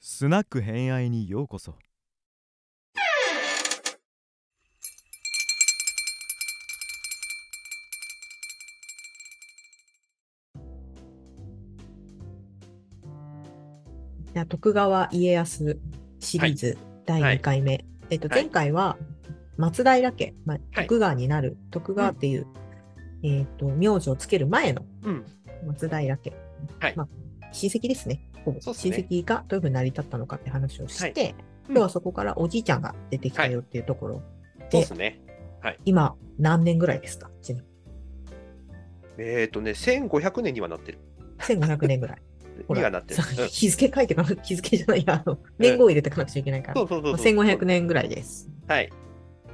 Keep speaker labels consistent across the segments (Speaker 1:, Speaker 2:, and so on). Speaker 1: スナック偏愛にようこそ
Speaker 2: じゃあ徳川家康シリーズ第2回目。えっと、
Speaker 3: はい
Speaker 2: 前回は松平家、まあ、
Speaker 3: はい
Speaker 2: 徳川になる、徳川っていう、えっと、名字をつける前の
Speaker 3: うん、
Speaker 2: 松平家。
Speaker 3: はい
Speaker 2: まあ、親戚ですね。ほぼ
Speaker 3: そうっす
Speaker 2: 親
Speaker 3: ね
Speaker 2: 戚がどういうふうに成り立ったのかって話をして、
Speaker 3: うん
Speaker 2: 今日はそこからおじいちゃんが出てきたよっていうところ。
Speaker 3: そうですね。
Speaker 2: 今、何年ぐらいですかちなみに
Speaker 3: えっ、とね、1500年にはなってる。
Speaker 2: ?1500 年 ぐらい。
Speaker 3: にはなってる。
Speaker 2: さ
Speaker 3: うん
Speaker 2: 日付書いてかな、日付じゃないや、あの、年号を入れてかなくちゃいけないから。
Speaker 3: そうそうそうそう。
Speaker 2: まあ1500。年ぐらいです。
Speaker 3: はい。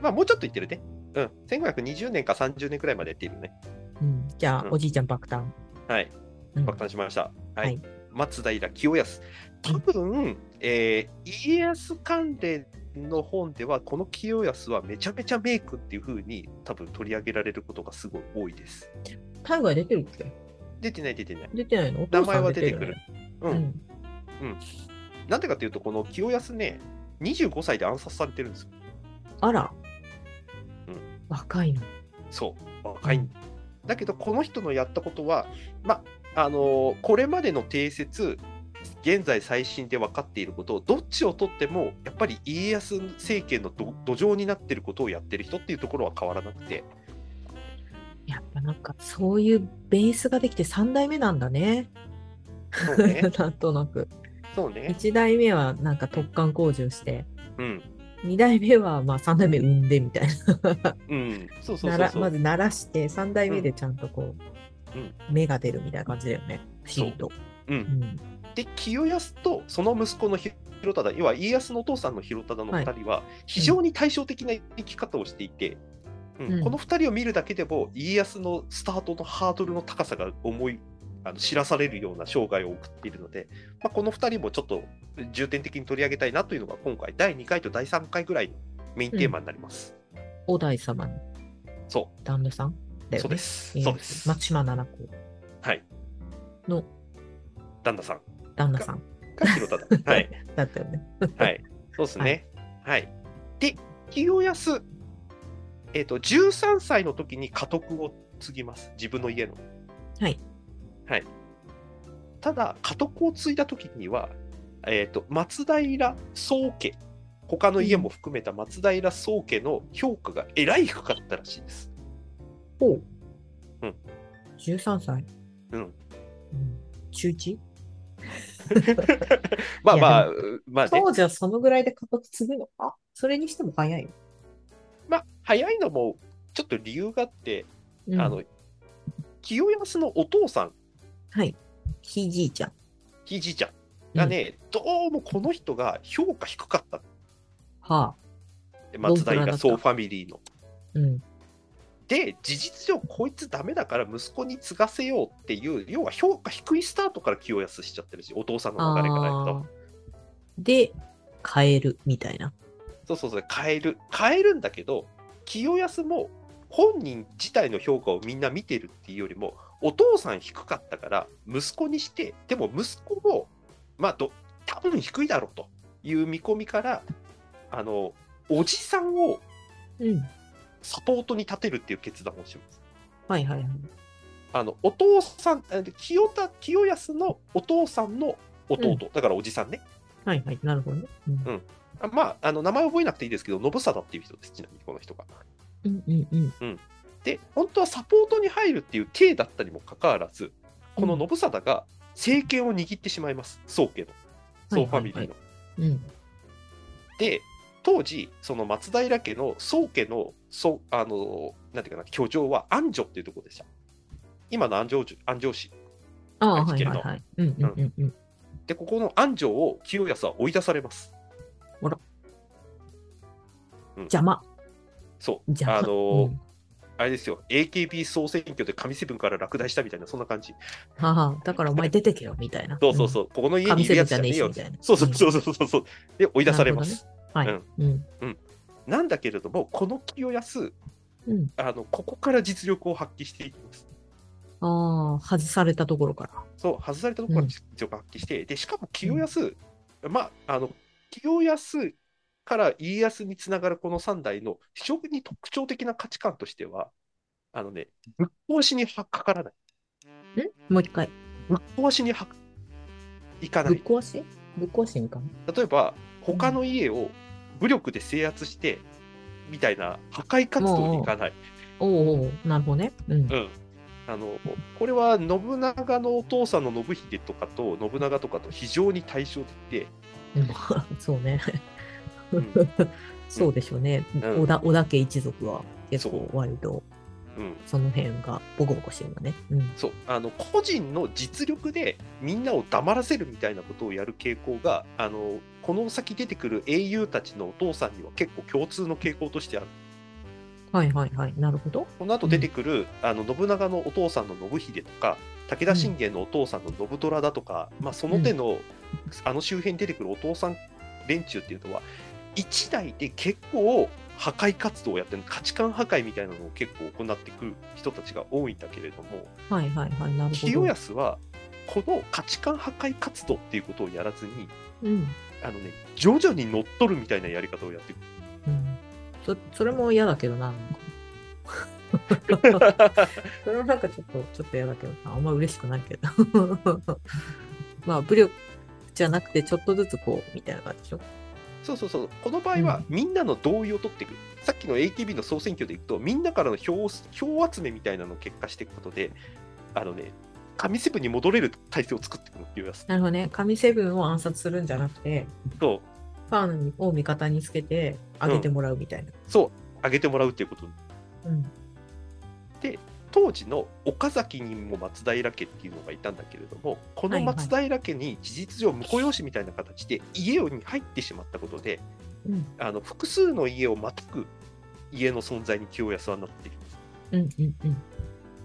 Speaker 3: まあ、もうちょっといってるね。うん。1520年か30年くらいまでっていうね。
Speaker 2: うん、じゃあ、
Speaker 3: うん
Speaker 2: おじいちゃん爆誕。
Speaker 3: はい。
Speaker 2: うん
Speaker 3: 爆誕しました。はい。
Speaker 2: はい
Speaker 3: 松平清康。多分、えー家康関連の本では、この清康はめちゃめちゃメイクっていう風に、多分取り上げられることがすごい多いです。
Speaker 2: 海外出てるっけ
Speaker 3: 出てない、出てない。
Speaker 2: 出てないのお
Speaker 3: 名
Speaker 2: 父
Speaker 3: 前
Speaker 2: さん
Speaker 3: は
Speaker 2: 出
Speaker 3: 出
Speaker 2: て
Speaker 3: て
Speaker 2: る、
Speaker 3: くる
Speaker 2: ね。。
Speaker 3: うん。なんでかっていうと、この清康ね、25歳で暗殺されてるんですよ。
Speaker 2: あら、
Speaker 3: うん
Speaker 2: 若いの。
Speaker 3: そう、若い、だけど、この人のやったことは、まあのこれまでの定説、現在最新で分かっていることを、どっちをとっても、やっぱり家康政権のど土壌になっていることをやってる人っていうところは変わらなくて、
Speaker 2: やっぱなんかそういうベースができて3代目なんだね。、
Speaker 3: そうね
Speaker 2: なんとなく。
Speaker 3: そうね、
Speaker 2: 1代目はなんか突貫工事をして、
Speaker 3: うん、
Speaker 2: 2代目はまあ3代目産んでみたいな。
Speaker 3: うん、そうそう
Speaker 2: な
Speaker 3: そう
Speaker 2: ら
Speaker 3: そう、
Speaker 2: まず鳴らして、3代目でちゃんとこう、
Speaker 3: うん
Speaker 2: 芽が出るみたいな感じだよね。不思議と。
Speaker 3: う、
Speaker 2: うんん
Speaker 3: で清康とその息子の広忠、要は家康のお父さんの広忠の2人は、非常に対照的な生き方をしていて、うん
Speaker 2: うん
Speaker 3: この2人を見るだけでも、家康のスタートのハードルの高さが思いあの知らされるような生涯を送っているので、まあ、この2人もちょっと重点的に取り上げたいなというのが、今回、第2回と第3回ぐらいのメインテーマになります。
Speaker 2: お大様の
Speaker 3: そ
Speaker 2: 旦那さんだよ
Speaker 3: う、
Speaker 2: ね。
Speaker 3: そうです、
Speaker 2: えー
Speaker 3: そうです、
Speaker 2: 松島菜々子
Speaker 3: はい、
Speaker 2: の
Speaker 3: 旦那さん
Speaker 2: 旦那さん
Speaker 3: が広忠。はい
Speaker 2: だったよね。
Speaker 3: はい、そうですね。はい、で、清康、えっ、と、13歳の時に家督を継ぎます、自分の家の。
Speaker 2: はい。
Speaker 3: はい。ただ、家督を継いだ時には、えっ、と、松平宗家、他の家も含めた松平宗家の評価がえらい低かったらしいです。
Speaker 2: ほう。
Speaker 3: うん。
Speaker 2: 13歳。
Speaker 3: うん。
Speaker 2: うん、中1
Speaker 3: まあま
Speaker 2: い
Speaker 3: あ、まあね、
Speaker 2: 当時はそのぐらいで家督継ぐのかそれにしても早いよ。
Speaker 3: まあ、早いのも、ちょっと理由があって、
Speaker 2: うん
Speaker 3: あの、清康のお父さん、
Speaker 2: はい。ひいじいちゃん。
Speaker 3: ひいじいちゃんがね、どうもこの人が評価低かったっ
Speaker 2: はあ。
Speaker 3: て松
Speaker 2: どんくらいだ
Speaker 3: 平
Speaker 2: った
Speaker 3: 総ファミリーの。
Speaker 2: うん。
Speaker 3: で、事実上、こいつダメだから息子に継がせようっていう、要は評価低いスタートから清康しちゃってるし、お父さんの流れからやる
Speaker 2: あ
Speaker 3: と。
Speaker 2: ーで、変えるみたいな。
Speaker 3: そうそうそう、変える。変えるんだけど、清康も本人自体の評価をみんな見てるっていうよりも、お父さん低かったから息子にして、でも息子も、まあど、多分低いだろうという見込みから、あの、おじさんを
Speaker 2: うん。
Speaker 3: サポートに立てるっていう決断をします。
Speaker 2: はいはいはい。
Speaker 3: あのお父さん、え清田清康のお父さんの弟、
Speaker 2: うん
Speaker 3: だからおじさんね。
Speaker 2: はいはい。なるほどね。うん
Speaker 3: うんあまあ、あの名前覚えなくていいですけど、信貞っていう人です、ちなみにこの人が。
Speaker 2: うんうんうん。
Speaker 3: で、本当はサポートに入るっていう体だったにもかかわらず、この
Speaker 2: うん
Speaker 3: 信貞が政権を握ってしまいます、宗家の、宗ファミリーの。
Speaker 2: はいはいはうん。
Speaker 3: で、当時、その松平家の宗家の、そうあのなんていうかな、居城は安城っていうところでした。今の安城安城市。
Speaker 2: ああ、
Speaker 3: 愛
Speaker 2: は
Speaker 3: 知
Speaker 2: い
Speaker 3: 県
Speaker 2: はい
Speaker 3: の
Speaker 2: はい。うんうんうんうん。
Speaker 3: で、ここの安城を清康は追い出されます。
Speaker 2: 邪魔。
Speaker 3: そう。
Speaker 2: 邪魔。
Speaker 3: あのー
Speaker 2: うん
Speaker 3: あれですよ、AKB 総選挙で神セブンから落第したみたいな、そんな感じ。
Speaker 2: ははだからお前出てけよみたいな。
Speaker 3: そうそうそう、ここの家に
Speaker 2: 神
Speaker 3: いる
Speaker 2: セブ
Speaker 3: や
Speaker 2: ン
Speaker 3: つ
Speaker 2: じ
Speaker 3: じ
Speaker 2: ゃ
Speaker 3: ゃ
Speaker 2: ね
Speaker 3: ねえよ
Speaker 2: えしみ。たいな。
Speaker 3: そうそうそうそうそうそう。で、追い出されま
Speaker 2: なる
Speaker 3: す。
Speaker 2: はい。
Speaker 3: う
Speaker 2: うんん。
Speaker 3: なんだけれども、この清康、
Speaker 2: うん
Speaker 3: あのここから実力を発揮していきます。
Speaker 2: ああ、外されたところから。
Speaker 3: そう、外されたところから実力を発揮して、でしかも清康、まあ、あの、清康から家康につながるこの3代の非常に特徴的な価値観としては、あのね、ぶっ壊しにはかからない。
Speaker 2: もう一回。
Speaker 3: ぶっ壊しにはいかな
Speaker 2: ぶっ
Speaker 3: い。
Speaker 2: 壊しぶっ壊しにかん
Speaker 3: 例えば、他の家を武力で制圧して、みたいな破壊活動に行かない。
Speaker 2: おうおう、なるほどね。うん
Speaker 3: う。ん。あの、これは信長のお父さんの信秀とかと、信長とかと非常に対照的で、
Speaker 2: まあ、 そうね。
Speaker 3: うん
Speaker 2: そうでしょうね。
Speaker 3: うん
Speaker 2: 織田織田家一族は結
Speaker 3: そ
Speaker 2: 構
Speaker 3: う
Speaker 2: 割と
Speaker 3: うん、
Speaker 2: その辺がボコボコしてるんだね。うん。
Speaker 3: そうあの個人の実力でみんなを黙らせるみたいなことをやる傾向があのこの先出てくる英雄たちのお父さんには結構共通の傾向としてある
Speaker 2: はいはいはい。なるほど。
Speaker 3: この後出てくる、あの信長のお父さんの信秀とか武田信玄のお父さんの信虎だとか、まあ、その手の、あの周辺に出てくるお父さん連中っていうのは1代で結構破壊活動をやってる価値観破壊みたいなのを結構行ってくる人たちが多いんだけれども、
Speaker 2: はいはいはい。なるほ
Speaker 3: 清
Speaker 2: ど。
Speaker 3: 康はこの価値観破壊活動っていうことをやらずに
Speaker 2: うん。
Speaker 3: あのね徐々に乗っ取るみたいなやり方をやってくる
Speaker 2: うん。そそれも嫌だけどな。それもなんかちょっと、ちょっと嫌だけどな。あんま嬉しくないけど。 まあ、武力じゃなくて、ちょっとずつこう、みたいな感じでしょ。
Speaker 3: そうそうそうこの場合はみんなの同意を取ってくる、さっきの AKB の総選挙でいくとみんなからの票を票集めみたいなのを結果していくことであのね紙セブンに戻れる体制を作ってくるっていうやつ
Speaker 2: なるほどね。神セブンを暗殺するんじゃなくて、
Speaker 3: と
Speaker 2: ファンを味方につけて、あげてもらうみたいな。
Speaker 3: そう上げてもらうっていうこと
Speaker 2: うん。
Speaker 3: 当時の岡崎にも松平家っていうのがいたんだけれどもこの松平家に事実上婿養子みたいな形で家に入ってしまったことで
Speaker 2: うん。
Speaker 3: あの複数の家をまたく家の存在に清康はなっている。
Speaker 2: うん。うん。うん。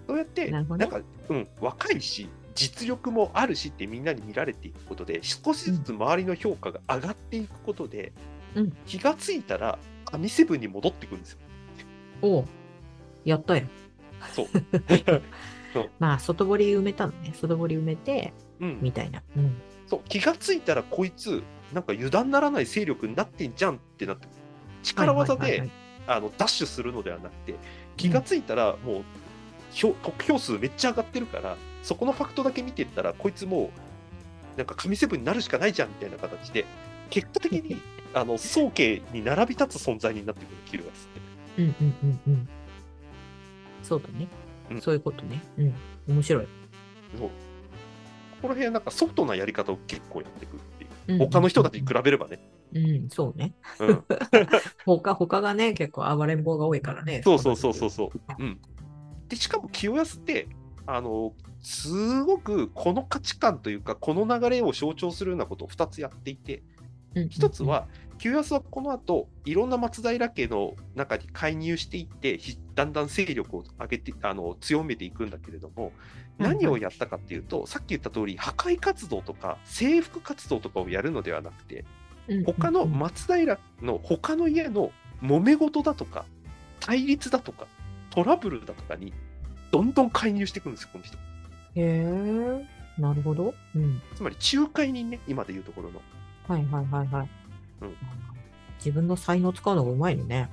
Speaker 3: そうやってな
Speaker 2: なる
Speaker 3: ん
Speaker 2: ほどね
Speaker 3: か、うん、若いし実力もあるしってみんなに見られていくことで少しずつ周りの評価が上がっていくことで、
Speaker 2: うん
Speaker 3: 気がついたら神セブンに戻ってくるんですよ。
Speaker 2: おうやったよ。
Speaker 3: そう
Speaker 2: まあ、外堀埋めたのね。外堀埋めて、
Speaker 3: うん
Speaker 2: みたいな。うん。
Speaker 3: そう気がついたらこいつなんか油断ならない勢力になってんじゃんってなってくる力技
Speaker 2: はいはいはい
Speaker 3: であのダッシュするのではなくて気がついたらもう票得票数めっちゃ上がってるからそこのファクトだけ見てったらこいつもうなんか神セブンになるしかないじゃんみたいな形で結果的 にあの宗家に並び立つ存在になってくるキルガスって。
Speaker 2: はい。うんうんうんうん。そうだね。
Speaker 3: うん
Speaker 2: そういうことね。うん。面白い。
Speaker 3: そうこの辺なんかソフトなやり方を結構やってくるっていう
Speaker 2: うん
Speaker 3: 他の人たちに比べればね、
Speaker 2: うん、そうね。
Speaker 3: うん、
Speaker 2: 他、他がね、結構暴れん坊が多いからね。
Speaker 3: そうそうそうそうそう。うん、でしかも清康ってあのすごくこの価値観というかこの流れを象徴するようなことを2つやっていて
Speaker 2: うん。うん
Speaker 3: 1つ、は清康はこの後いろんな松平家の中に介入していってひだんだん勢力を上げてあの強めていくんだけれども
Speaker 2: うんうん
Speaker 3: 何をやったかっていうとさっき言った通り破壊活動とか征服活動とかをやるのではなくて
Speaker 2: うん
Speaker 3: 他の
Speaker 2: うんうん
Speaker 3: 松平の他の家の揉め事だとか対立だとかトラブルだとかにどんどん介入していくんですよこの人
Speaker 2: へえ、なるほど。うん。
Speaker 3: つまり仲介人ね今でいうところの
Speaker 2: はいはいはいはい。
Speaker 3: うん
Speaker 2: 自分の才能使うのがうまいのね。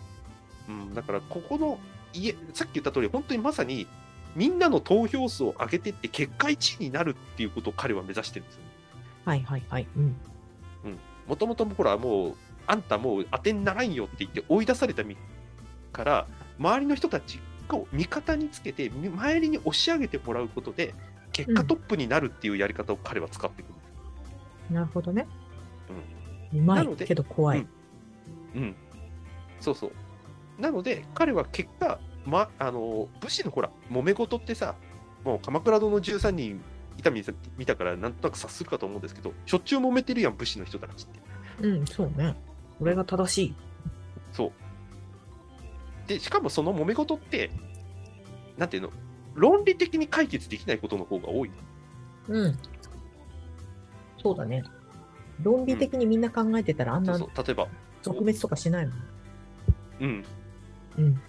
Speaker 3: うん、だからここの家さっき言った通り本当にまさにみんなの投票数を上げてって結果1位になるっていうことを彼は目指してるんですよ
Speaker 2: はいはいはい。うん。
Speaker 3: もともとほらもうあんたもう当てにならんよって言って追い出された身から周りの人たちを味方につけてみ周りに押し上げてもらうことで結果トップになるっていうやり方を彼は使ってくる、
Speaker 2: なるほどね。うま
Speaker 3: なの
Speaker 2: い
Speaker 3: で
Speaker 2: けど怖い。
Speaker 3: うんうん、そうそう。なので、彼は結果、ま、あの武士のほら、揉め事ってさ、もう鎌倉殿の13人、伊丹さん見たから、なんとなく察するかと思うんですけど、しょっちゅう揉めてるやん、武士の人たちって。
Speaker 2: うん、そうね。これが正しい。
Speaker 3: そう。で、しかもその揉め事って、なんていうの、論理的に解決できないことの方が多い。
Speaker 2: うん。そうだね。論理的にみんな考えてたら、あん
Speaker 3: そう
Speaker 2: な
Speaker 3: そう例えば、
Speaker 2: 特滅とかしないもん。
Speaker 3: うん、
Speaker 2: うん。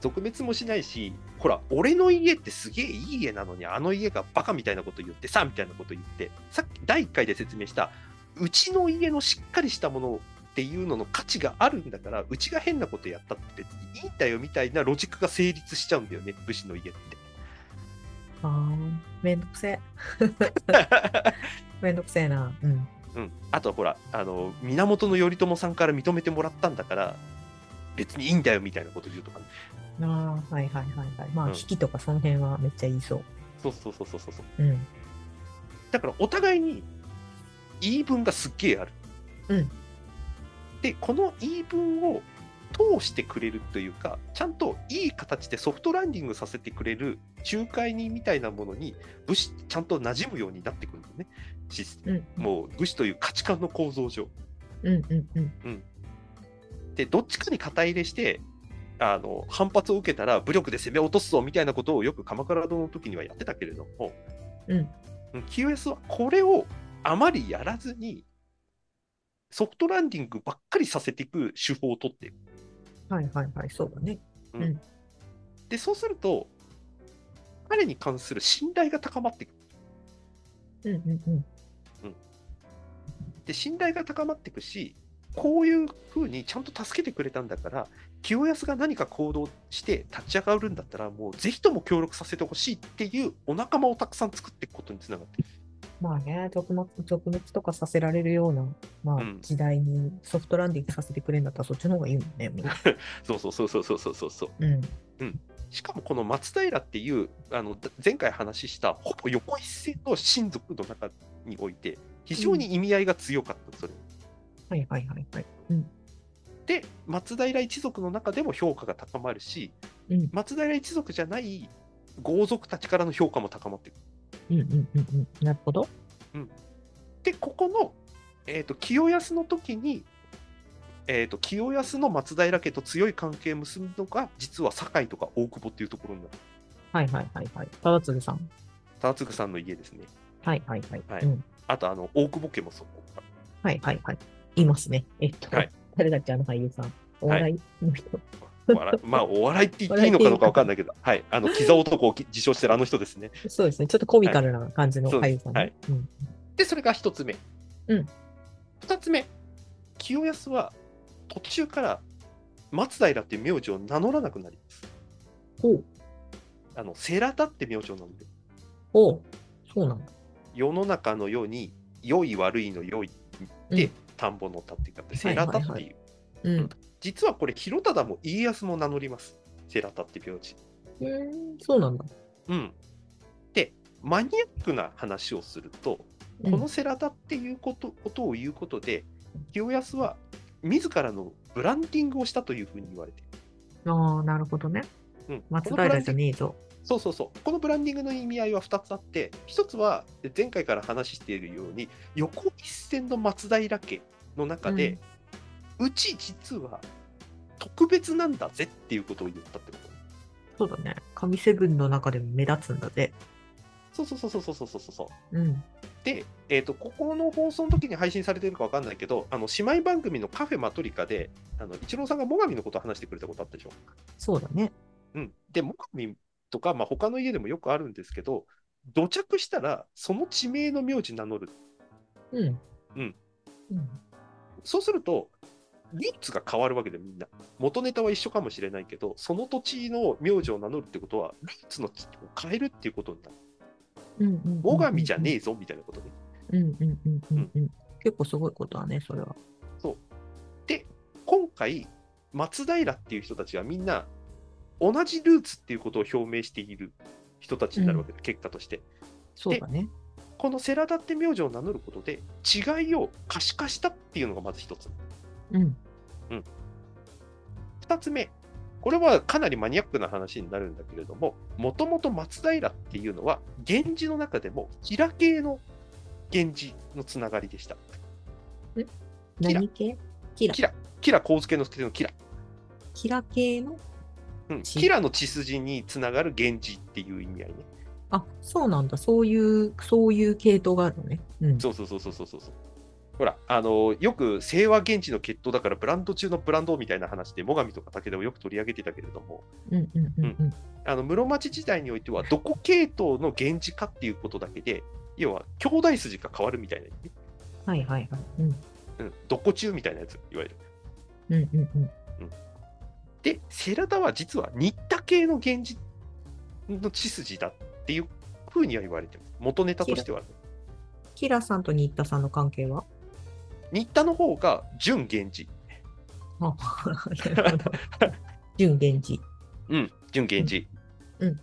Speaker 3: 俗滅もしないし、ほら、俺の家ってすげえいい家なのに、あの家がバカみたいなこと言ってさ、みたいなこと言って、さっき第1回で説明した、うちの家のしっかりしたものっていうのの価値があるんだから、うちが変なことやったって別にいいんだよみたいなロジックが成立しちゃうんだよね、武士の家って。
Speaker 2: あーめんど くせえ。めんどくせえな。うん。
Speaker 3: うん、あとほらあの源頼朝さんから認めてもらったんだから別にいいんだよみたいなこと言うとかね
Speaker 2: ああ、はいはいはいはい。まあ、
Speaker 3: うん
Speaker 2: 引きとかその辺はめっちゃ言いそ
Speaker 3: そうそうそうそうそうそう
Speaker 2: う。うん。
Speaker 3: だからお互いに言い分がすっげえある、
Speaker 2: うん
Speaker 3: でこの言い分を通してくれるというかちゃんといい形でソフトランディングさせてくれる仲介人みたいなものに武士ちゃんと馴染むようになってくるんだよねシステム
Speaker 2: うん。
Speaker 3: もう武士という価値観の構造上
Speaker 2: うんうんうん。
Speaker 3: でどっちかに肩入れしてあの反発を受けたら武力で攻め落とすぞみたいなことをよく鎌倉殿の時にはやってたけれども、
Speaker 2: うん
Speaker 3: うん、清康はこれをあまりやらずにソフトランディングばっかりさせていく手法を取っていく
Speaker 2: はいはいはい、そうだね。
Speaker 3: でそうすると彼に関する信頼が高まっていく
Speaker 2: うんうんうん。
Speaker 3: で信頼が高まっていくしこういうふうにちゃんと助けてくれたんだから清康が何か行動して立ち上がるんだったらもうぜひとも協力させてほしいっていうお仲間をたくさん作っていくことにつながっていく
Speaker 2: まあね、特滅特滅とかさせられるような、まあ
Speaker 3: うん、
Speaker 2: 時代にソフトランディングさせてくれるんだったらそっちの方がいいもんね、みんな。
Speaker 3: そうそうそうそうそうそうそうそう
Speaker 2: うん。
Speaker 3: しかもこの松平っていうあのだ前回話したほぼ横一線の親族の中において非常に意味合いが強かったそれ
Speaker 2: はいはいはいはい。
Speaker 3: で松平一族の中でも評価が高まるし
Speaker 2: うん
Speaker 3: 松平一族じゃない豪族たちからの評価も高まっていく
Speaker 2: うんうんうんうん。なるほど。
Speaker 3: でここの、えー、と清康の時に、えー、と清康の松平家と強い関係を結ぶのが実は堺とか大久保っていうところになる
Speaker 2: はいはいはいはい。忠次さん。
Speaker 3: 忠次さんの家ですね
Speaker 2: はいはいはい。
Speaker 3: はい
Speaker 2: うん、
Speaker 3: あとあの大久保家もそこ
Speaker 2: はいはいはい。いますね。えっと、
Speaker 3: はい
Speaker 2: 誰だっけ、あの俳優さん。お笑いの人。
Speaker 3: 笑 いまあお笑いって言っていいのかどうか分かんないけどはいあのキザ男を自称してるあの人ですね
Speaker 2: そうですね。ちょっとコミカルな感じの
Speaker 3: はい
Speaker 2: 俳優さんね。うん
Speaker 3: でそれが一つ目
Speaker 2: うん
Speaker 3: 二つ目清康は途中から松平っていう名字を名乗らなくなります
Speaker 2: ほう。
Speaker 3: あのセラタって名字なんで
Speaker 2: ほう。そうなんだ。
Speaker 3: 世の中のように良い悪いの良いで、
Speaker 2: うん
Speaker 3: 田んぼの田っていうか
Speaker 2: い
Speaker 3: セラタっていう、
Speaker 2: はいうん。
Speaker 3: 実はこれ広忠も家康も名乗りますセラタって名字
Speaker 2: うん、そうなんだ。
Speaker 3: うんでマニアックな話をすると
Speaker 2: う
Speaker 3: こ
Speaker 2: ん
Speaker 3: のセラタっていうこと,、ことを言うことで清康は自らのブランディングをしたというふうに言われている
Speaker 2: ああ、なるほどね。
Speaker 3: うん、
Speaker 2: 松
Speaker 3: このブラ
Speaker 2: 平
Speaker 3: ンディ
Speaker 2: じゃ
Speaker 3: ング
Speaker 2: ねえぞ。
Speaker 3: そうそうそうこのブランディングの意味合いは2つあって1つは前回から話しているように横一線の松平家の中で、うち実は特別なんだぜっていうことを言ったってこと。
Speaker 2: そうだね。神セブンの中でも目立つんだぜ。
Speaker 3: そうそうそうそうそうそうそうそう。
Speaker 2: うん。
Speaker 3: で、えーと、ここの放送の時に配信されてるかわかんないけど、あの姉妹番組のカフェマトリカで、あの一郎さんが最上のことを話してくれたことあったでしょ。
Speaker 2: そうだね。
Speaker 3: うん、で、最上とか、まあ、他の家でもよくあるんですけど、土着したら、その地名の名字名乗る。
Speaker 2: うん。
Speaker 3: うん。
Speaker 2: うん。
Speaker 3: そうすると、ルーツが変わるわけでみんな。元ネタは一緒かもしれないけど、その土地の名字を名乗るってことは、ルーツの地を変えるっていうことになる。
Speaker 2: うんうん。
Speaker 3: 最上じゃねえぞみたいなことね。
Speaker 2: うんうんうんうんうん。結構すごいことだね、それは。
Speaker 3: 今回、松平っていう人たちはみんな同じルーツっていうことを表明している人たちになるわけで、結果として。
Speaker 2: そうだね。
Speaker 3: この世良田って名字を名乗ることで、違いを可視化したっていうのがまず一つ。
Speaker 2: うん。
Speaker 3: 二つ目、これはかなりマニアックな話になるんだけれども、もともと松平っていうのは、源氏の中でも平系の源氏のつながりでした。キラ
Speaker 2: 何系キラ
Speaker 3: キ。ラ、キラ光介の助のキラ。
Speaker 2: キラ系の
Speaker 3: うん、
Speaker 2: 血
Speaker 3: キラの血筋につながる源氏っていう意味合いね。
Speaker 2: あ、そうなんだ。そういう、そういう系統があるのね。うん。
Speaker 3: そうそうそうそうそうそうそう。ほら、あのよく清和源氏の血統だからブランド中のブランドみたいな話で、最上とか武田をよく取り上げてたけれども、
Speaker 2: うんうんうんうん。
Speaker 3: あの室町時代においては、どこ系統の源氏かっていうことだけで、要は兄弟筋が変わるみたいな、ね。
Speaker 2: はいはいはい。うん。
Speaker 3: うん、どこ中みたいなやつ、いわゆる。
Speaker 2: うんうんうん。
Speaker 3: で、セラダは実は新田系の源氏の血筋だっていうふうには言われてます。元ネタとしては。
Speaker 2: キラさんと新田さんの関 係は
Speaker 3: 新田の方が準源氏。
Speaker 2: あ、なるほど。純源氏。
Speaker 3: うん、準源氏。
Speaker 2: うんうん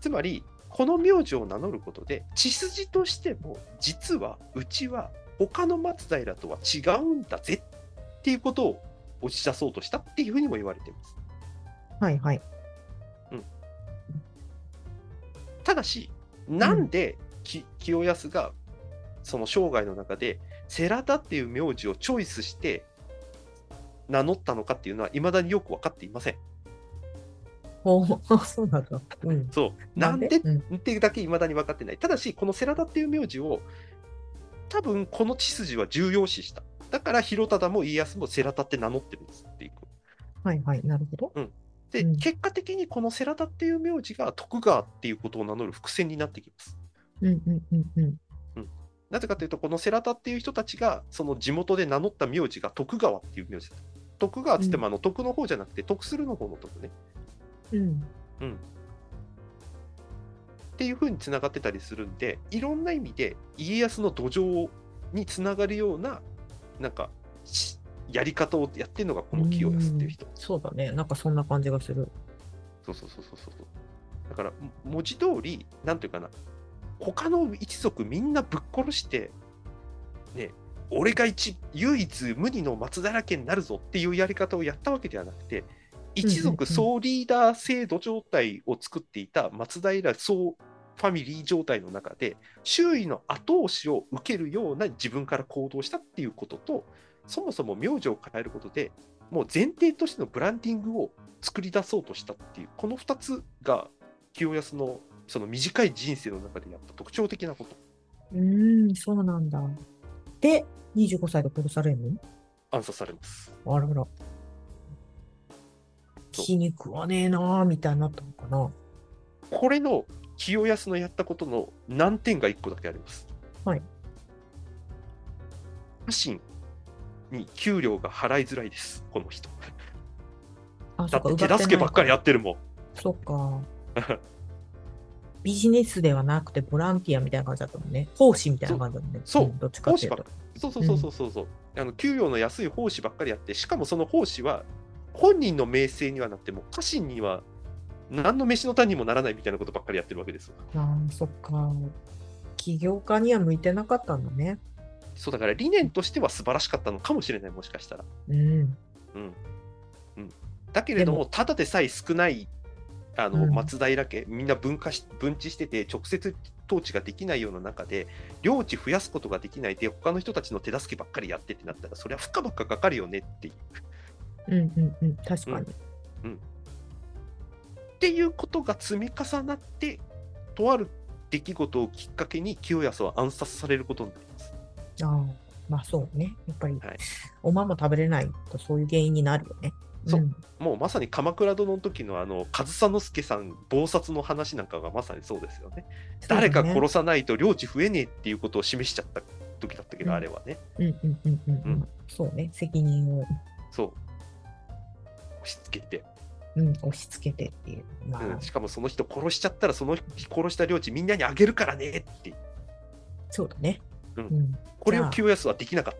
Speaker 3: つまり、この名字を名乗ることで、血筋としても、実はうちは他の松平とは違うんだぜっていうことを打ち出そうとしたっていうふうにも言われています。
Speaker 2: はいはい。
Speaker 3: ただし、なんでき、清康がその生涯の中で、世良田っていう名字をチョイスして名乗ったのかっていうのは、いまだによく分かっていません。
Speaker 2: おお、 そうなんだ。うん。
Speaker 3: そうなんで
Speaker 2: うん
Speaker 3: っていうだけいまだに分かってない。ただし、この世良田っていう名字を、多分この血筋は重要視した。だから、広忠も家康も世良田って名乗ってるんですっていう。
Speaker 2: はいはい。なるほど。
Speaker 3: で、
Speaker 2: うん
Speaker 3: 結果的にこの世良田っていう名字が徳川っていうことを名乗る伏線になってきます。
Speaker 2: うんうんうんうん。
Speaker 3: なぜかというと、このセラタっていう人たちが、その地元で名乗った名字が徳川っていう名字だった。徳川っつっても、あの徳の方じゃなくて、徳するの方の徳ね。
Speaker 2: うん。
Speaker 3: っていう風につながってたりするんで、いろんな意味で家康の土壌につながるような、なんか、しやり方をやってるのがこの清康っていう人。
Speaker 2: そうだね。なんかそんな感じがする。
Speaker 3: そうそうそうそうそう。だから、も文字通り、なんていうかな、他の一族みんなぶっ殺して、ね、俺が一唯一無二の松平家になるぞっていうやり方をやったわけではなくて、一
Speaker 2: うんうんう
Speaker 3: 族
Speaker 2: ん
Speaker 3: 総リーダー制度状態を作っていた松平総ファミリー状態の中で、周囲の後押しを受けるような自分から行動したっていうことと、そもそも名字を変えることで、もう前提としてのブランディングを作り出そうとしたっていう、この2つが清康のその短い人生の中でやった特徴的なこと。
Speaker 2: うーん、そうなんだ。で、25歳で殺されるの
Speaker 3: 暗殺されます。
Speaker 2: あらあら。
Speaker 3: そう
Speaker 2: 気に食わねえなーみたいになったのかな。
Speaker 3: これの清康のやったことの難点が1個だけあります。
Speaker 2: はい。
Speaker 3: 家臣に給料が払いづらいです、この人。
Speaker 2: あ、
Speaker 3: だ
Speaker 2: そっか、
Speaker 3: って手助けばっかりや
Speaker 2: っ
Speaker 3: ってるもん。
Speaker 2: そっか。 ビジネスではなくてボランティアみたいな感じだったもんね。奉仕みたいな感じだもんね。
Speaker 3: そうん
Speaker 2: どっちかっていうと。
Speaker 3: そうそうそうそうそうそう、あの給料の安い奉仕ばっかりやって、しかもその奉仕は本人の名声にはなっても、家臣には何の飯の種にもならないみたいなことばっかりやってるわけですよ。
Speaker 2: ああ、そっか。起業家には向いてなかったんだね。
Speaker 3: そうだから理念としては素晴らしかったのかもしれない、もしかしたら。
Speaker 2: うん。
Speaker 3: うんうん、だけれども、
Speaker 2: で
Speaker 3: ただでさえ少ないあの、
Speaker 2: うん
Speaker 3: 松平家、みんな分化し分治してて、直接統治ができないような中で、領地増やすことができないで、他の人たちの手助けばっかりやってってなったら、それは負荷ばっかかかるよねっていう。
Speaker 2: うんうんうん。確かに。
Speaker 3: っていうことが積み重なって、とある出来事をきっかけに清康は暗殺されることになります。
Speaker 2: ああ。まあそうね。やっぱり、
Speaker 3: はい
Speaker 2: おまんま食べれないとそういう原因になるよね。
Speaker 3: そうんもうまさに鎌倉殿の時のあの上総介さん謀殺の話なんかがまさにそうですよね。誰か殺さないと領地増えねえっていうことを示しちゃった時だったけど、
Speaker 2: うん
Speaker 3: あれはね。
Speaker 2: うんうんうんうんうん、
Speaker 3: うん
Speaker 2: そうね責任を、
Speaker 3: そう。押し付けて、
Speaker 2: うん、押し付けてっていうまあ、
Speaker 3: うんしかもその人殺しちゃったら、その人殺した領地みんなにあげるからねって、
Speaker 2: そうだね、
Speaker 3: うん
Speaker 2: ん
Speaker 3: これ
Speaker 2: じ
Speaker 3: を
Speaker 2: ゃあ
Speaker 3: 清康はできなかっ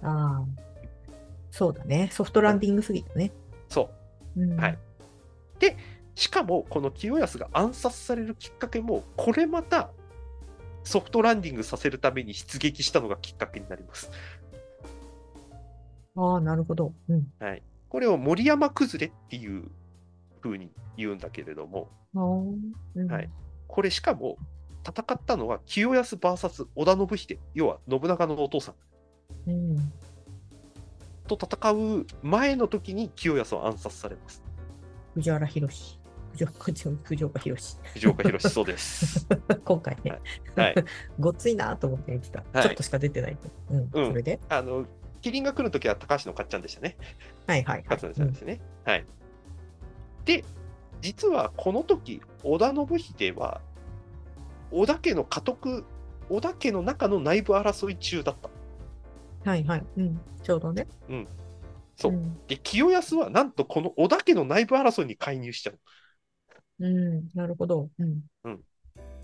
Speaker 3: た。
Speaker 2: ああそうだねソフトランディングすぎたね、
Speaker 3: そう。
Speaker 2: うん、
Speaker 3: はいしかも、この清康が暗殺されるきっかけも、これまたソフトランディングさせるために出撃したのがきっかけになります。
Speaker 2: ああなるほど、うん、
Speaker 3: これを森山崩れっていう風に言うんだけれども、
Speaker 2: ああ、うん、
Speaker 3: はいこれしかも戦ったのは清康 VS 織田信秀、要は信長のお父さん
Speaker 2: うん、
Speaker 3: と戦う前の時に清康は暗殺されます。
Speaker 2: 藤原宏藤藤藤岡宏
Speaker 3: 藤岡弘そうです。
Speaker 2: 今回ね、
Speaker 3: はい。
Speaker 2: ごっついなと思って見てた、
Speaker 3: はい
Speaker 2: ちょっとしか出てないけど、うん
Speaker 3: うん
Speaker 2: それで
Speaker 3: あの、麒麟が来る時は高橋のかっちゃんでしたね。
Speaker 2: はいはいはい、
Speaker 3: 勝つんですよね。はい。で、実はこの時、織田信秀は、織田家の家督織田家の中の内部争い中だった。
Speaker 2: はいはい。うん。ちょうどね。
Speaker 3: うんそうんで、清康はなんとこの織田家の内部争いに介入しちゃう。
Speaker 2: うん。なるほど。うん。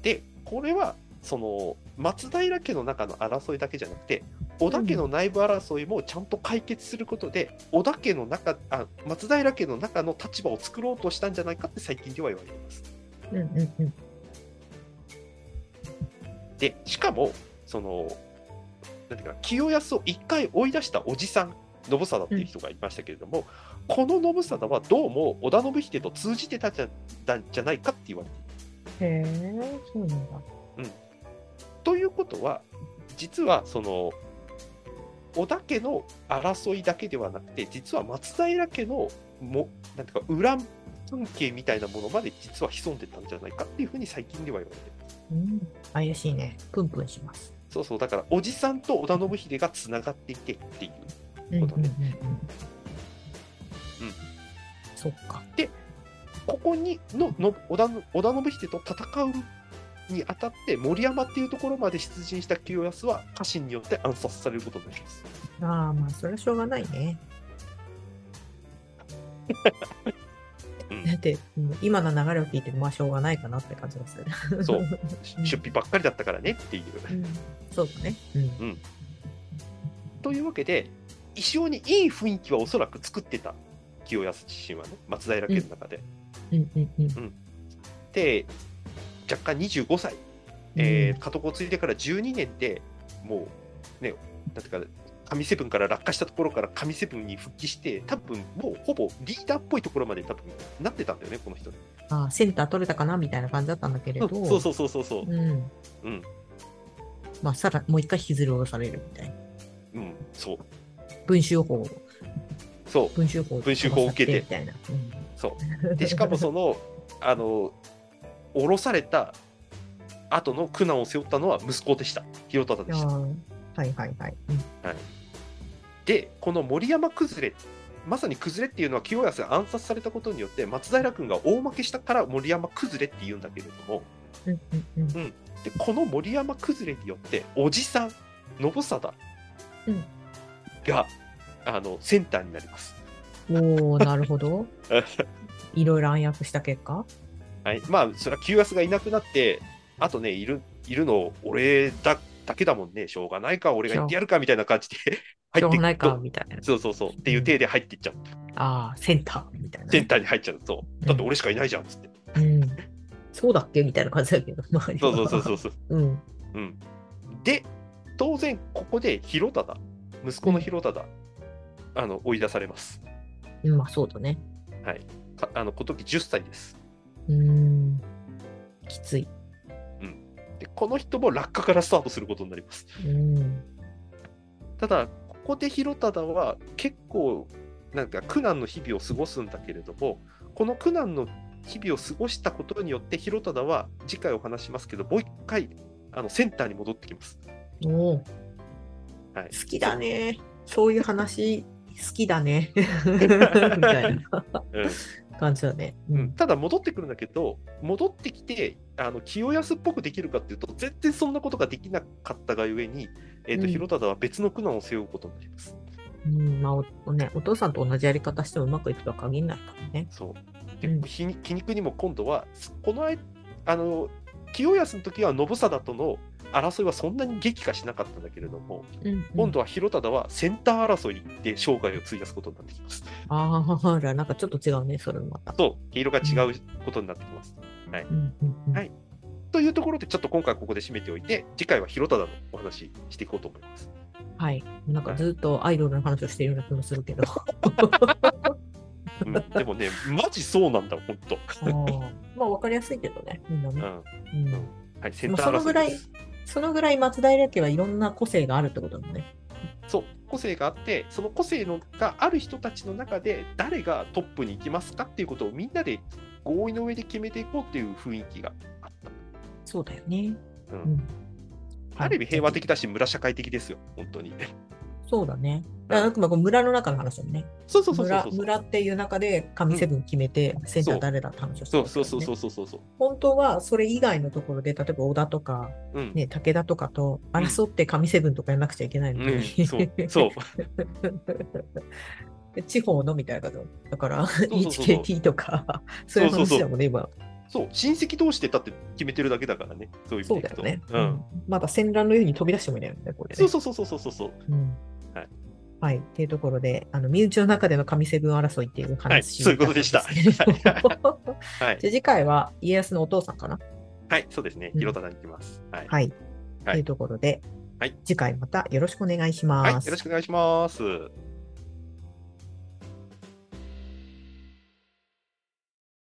Speaker 3: で、これはその松平家の中の争いだけじゃなくて、織田家の内部争いもちゃんと解決することで、織田家の中あ、松平家の中の立場を作ろうとしたんじゃないかって最近では言われています。
Speaker 2: うんうんうん。
Speaker 3: で、しかも、その、なんていうか、清康を一回追い出したおじさん、信貞っていう人がいましたけれども、この信貞はどうも織田信秀と通じてたじゃだんじゃないかって言われている。
Speaker 2: へえ、そうなんだ。
Speaker 3: ということは、実はその、織田家の争いだけではなくて、実は松平家のも、なんていうか、裏関係みたいなものまで実は潜んでたんじゃないかっていうふうに最近では言われている。
Speaker 2: うん。怪しいね。プンプンします。
Speaker 3: そうそう、だから、おじさんと織田信秀がつながっていてっていう。
Speaker 2: うんう
Speaker 3: そうんだ
Speaker 2: うんうん
Speaker 3: ね。うん
Speaker 2: そっか。
Speaker 3: ここにのの織田の織田信秀と戦うにあたって森山っていうところまで出陣した清康は家臣によって暗殺されることになります。
Speaker 2: ああ、まあ、それはしょうがないね。
Speaker 3: うん
Speaker 2: だって、うん今の流れを聞いて、まあ、しょうがないかなって感じがする。
Speaker 3: そう
Speaker 2: うん
Speaker 3: 出費ばっかりだったからねっていう。
Speaker 2: うんそうだね。うん
Speaker 3: というわけで非常にいい雰囲気はおそらく作ってた清康自身はね松平家の中で。
Speaker 2: うんうんうん。
Speaker 3: で若干25歳、えー、家督を継いでから12年でもうねなんていうか神セブンから落下したところから神セブンに復帰して多分もうほぼリーダーっぽいところまで多分なってたんだよねこの人
Speaker 2: あーセンター取れたかなみたいな感じだったんだけれど、
Speaker 3: うんそうそうそうそうそう
Speaker 2: う、ん
Speaker 3: うん
Speaker 2: まあ、さらもう一回引きずり下ろされるみたいな
Speaker 3: うん、そう
Speaker 2: 文集法
Speaker 3: そ
Speaker 2: 文集法
Speaker 3: 文集法を受けて
Speaker 2: みたいな、
Speaker 3: うそう
Speaker 2: うん
Speaker 3: でしかもその あの降ろされた後の苦難を背負ったのは息子でした広忠で
Speaker 2: あ
Speaker 3: した
Speaker 2: ーはいはいはい、うん
Speaker 3: でこの森山崩れまさに崩れっていうのは清康が暗殺されたことによって松平君が大負けしたから森山崩れっていうんだけれども
Speaker 2: うんうんうん
Speaker 3: でこの森山崩れによっておじさん信貞
Speaker 2: うん
Speaker 3: が、あのセンターになります。
Speaker 2: おおなる ほどいろいろ暗躍した結果
Speaker 3: はい、まあそれは清康がいなくなってあとねいるいるの俺だだけだもんねしょうがないか俺が言ってやるかみたいな感じで
Speaker 2: し
Speaker 3: 入
Speaker 2: ょ
Speaker 3: っ
Speaker 2: う
Speaker 3: て
Speaker 2: がないか
Speaker 3: ど
Speaker 2: みたいな
Speaker 3: そうそうそうっていう体で入っていっちゃう
Speaker 2: ああセンターみたいな
Speaker 3: センターに入っちゃうそうだって俺しかいないじゃんっつって、
Speaker 2: うん、そうだっけみたいな感じだけど周り
Speaker 3: そ
Speaker 2: は
Speaker 3: うそうそうそうそう
Speaker 2: うん
Speaker 3: うん、で当然ここで広忠息子の広忠、あの追い出されます
Speaker 2: うんまあそうだね
Speaker 3: はいかあの今時10歳です
Speaker 2: うーんきつい
Speaker 3: でこの人も落下からスタートすることになります
Speaker 2: うん
Speaker 3: ただここで広忠は結構なんか苦難の日々を過ごすんだけれどもこの苦難の日々を過ごしたことによって広忠は次回お話しますけどもう一回あのセンターに戻ってきます、
Speaker 2: おお
Speaker 3: はい、
Speaker 2: 好きだね。そういう話、好きだ ね。みたいな
Speaker 3: うん
Speaker 2: 感じだね。う
Speaker 3: うん、。ただ戻ってくるんだけど戻ってきてあの清安っぽくできるかっていうと全然そんなことができなかったがゆえに、えーと
Speaker 2: うん
Speaker 3: 広忠は別の苦難を背負うことになります。
Speaker 2: うん、まあお、ね、お父さんと同じやり方してもうまくいくとは限らないからね。
Speaker 3: そうで、
Speaker 2: うん
Speaker 3: 皮肉皮肉にも今度はこのあいあの清安の時は信貞との争いはそんなに激化しなかったんだけれども、
Speaker 2: うん。
Speaker 3: 今度は広忠はセンター争いで生涯を費やすことになってきます。
Speaker 2: ああ、ら、なんかちょっと違うね、それもまた。
Speaker 3: そう毛色が違うことになってきます。
Speaker 2: うんうんうん
Speaker 3: はいというところでちょっと今回ここで締めておいて次回は広忠のお話していこうと思います。
Speaker 2: はい。なんかずっとアイドルの話をしているような気もするけど。
Speaker 3: うんでもね、 マジそうなんだ、本当。
Speaker 2: あーまあ、わかりやすいけどね、みんな
Speaker 3: う
Speaker 2: ね。
Speaker 3: ん、
Speaker 2: うん
Speaker 3: はい、センター争いです
Speaker 2: まあそのぐらいそのぐらい松平家はいろんな個性があるってことだね。
Speaker 3: そう、個性があって、その個性のがある人たちの中で、誰がトップに行きますかっていうことをみんなで合意の上で決めていこうっていう雰囲気があった。
Speaker 2: そうだよね。
Speaker 3: うん
Speaker 2: うん
Speaker 3: ある意味平和的だし、村社会的ですよ、本当に。
Speaker 2: そうだね。だからあくまでこう村の中の話だよね。
Speaker 3: そうそうそうそう
Speaker 2: 村
Speaker 3: そう
Speaker 2: 村っていう中で神セブン決めて、センター誰だって話をして
Speaker 3: そ
Speaker 2: る。
Speaker 3: うそうそうそううそうそうそう
Speaker 2: 本当はそれ以外のところで、例えば小田とか、
Speaker 3: うん、
Speaker 2: ね、武田とかと争って神セブンとかやらなくちゃいけないの
Speaker 3: う
Speaker 2: に、
Speaker 3: ん、そうそう
Speaker 2: で 地方のみたいな感じだから
Speaker 3: うそうそう
Speaker 2: HKT とかそういう
Speaker 3: そうそうそう
Speaker 2: 話だもんね今
Speaker 3: そう親戚同士でだって決めてるだけだからねそういう意
Speaker 2: そう
Speaker 3: 味で
Speaker 2: だ
Speaker 3: いく
Speaker 2: よ
Speaker 3: と
Speaker 2: ね、
Speaker 3: うん、
Speaker 2: まだ戦乱のように飛び出してもいないよねこれね
Speaker 3: そうそうそうそうそうそう
Speaker 2: うん
Speaker 3: はい
Speaker 2: はい、っていうところであの身内の中での神セブン争いっていう
Speaker 3: はい
Speaker 2: 話
Speaker 3: そういうことでした
Speaker 2: だんですけれども
Speaker 3: はい
Speaker 2: じゃあ次回は家康のお父さんかな
Speaker 3: はいそうですね
Speaker 2: うん
Speaker 3: 広田さんいきますはい
Speaker 2: はい、
Speaker 3: はい
Speaker 2: というところで、
Speaker 3: はい
Speaker 2: 次回またよろしくお願いします。
Speaker 3: はいよろしくお願いします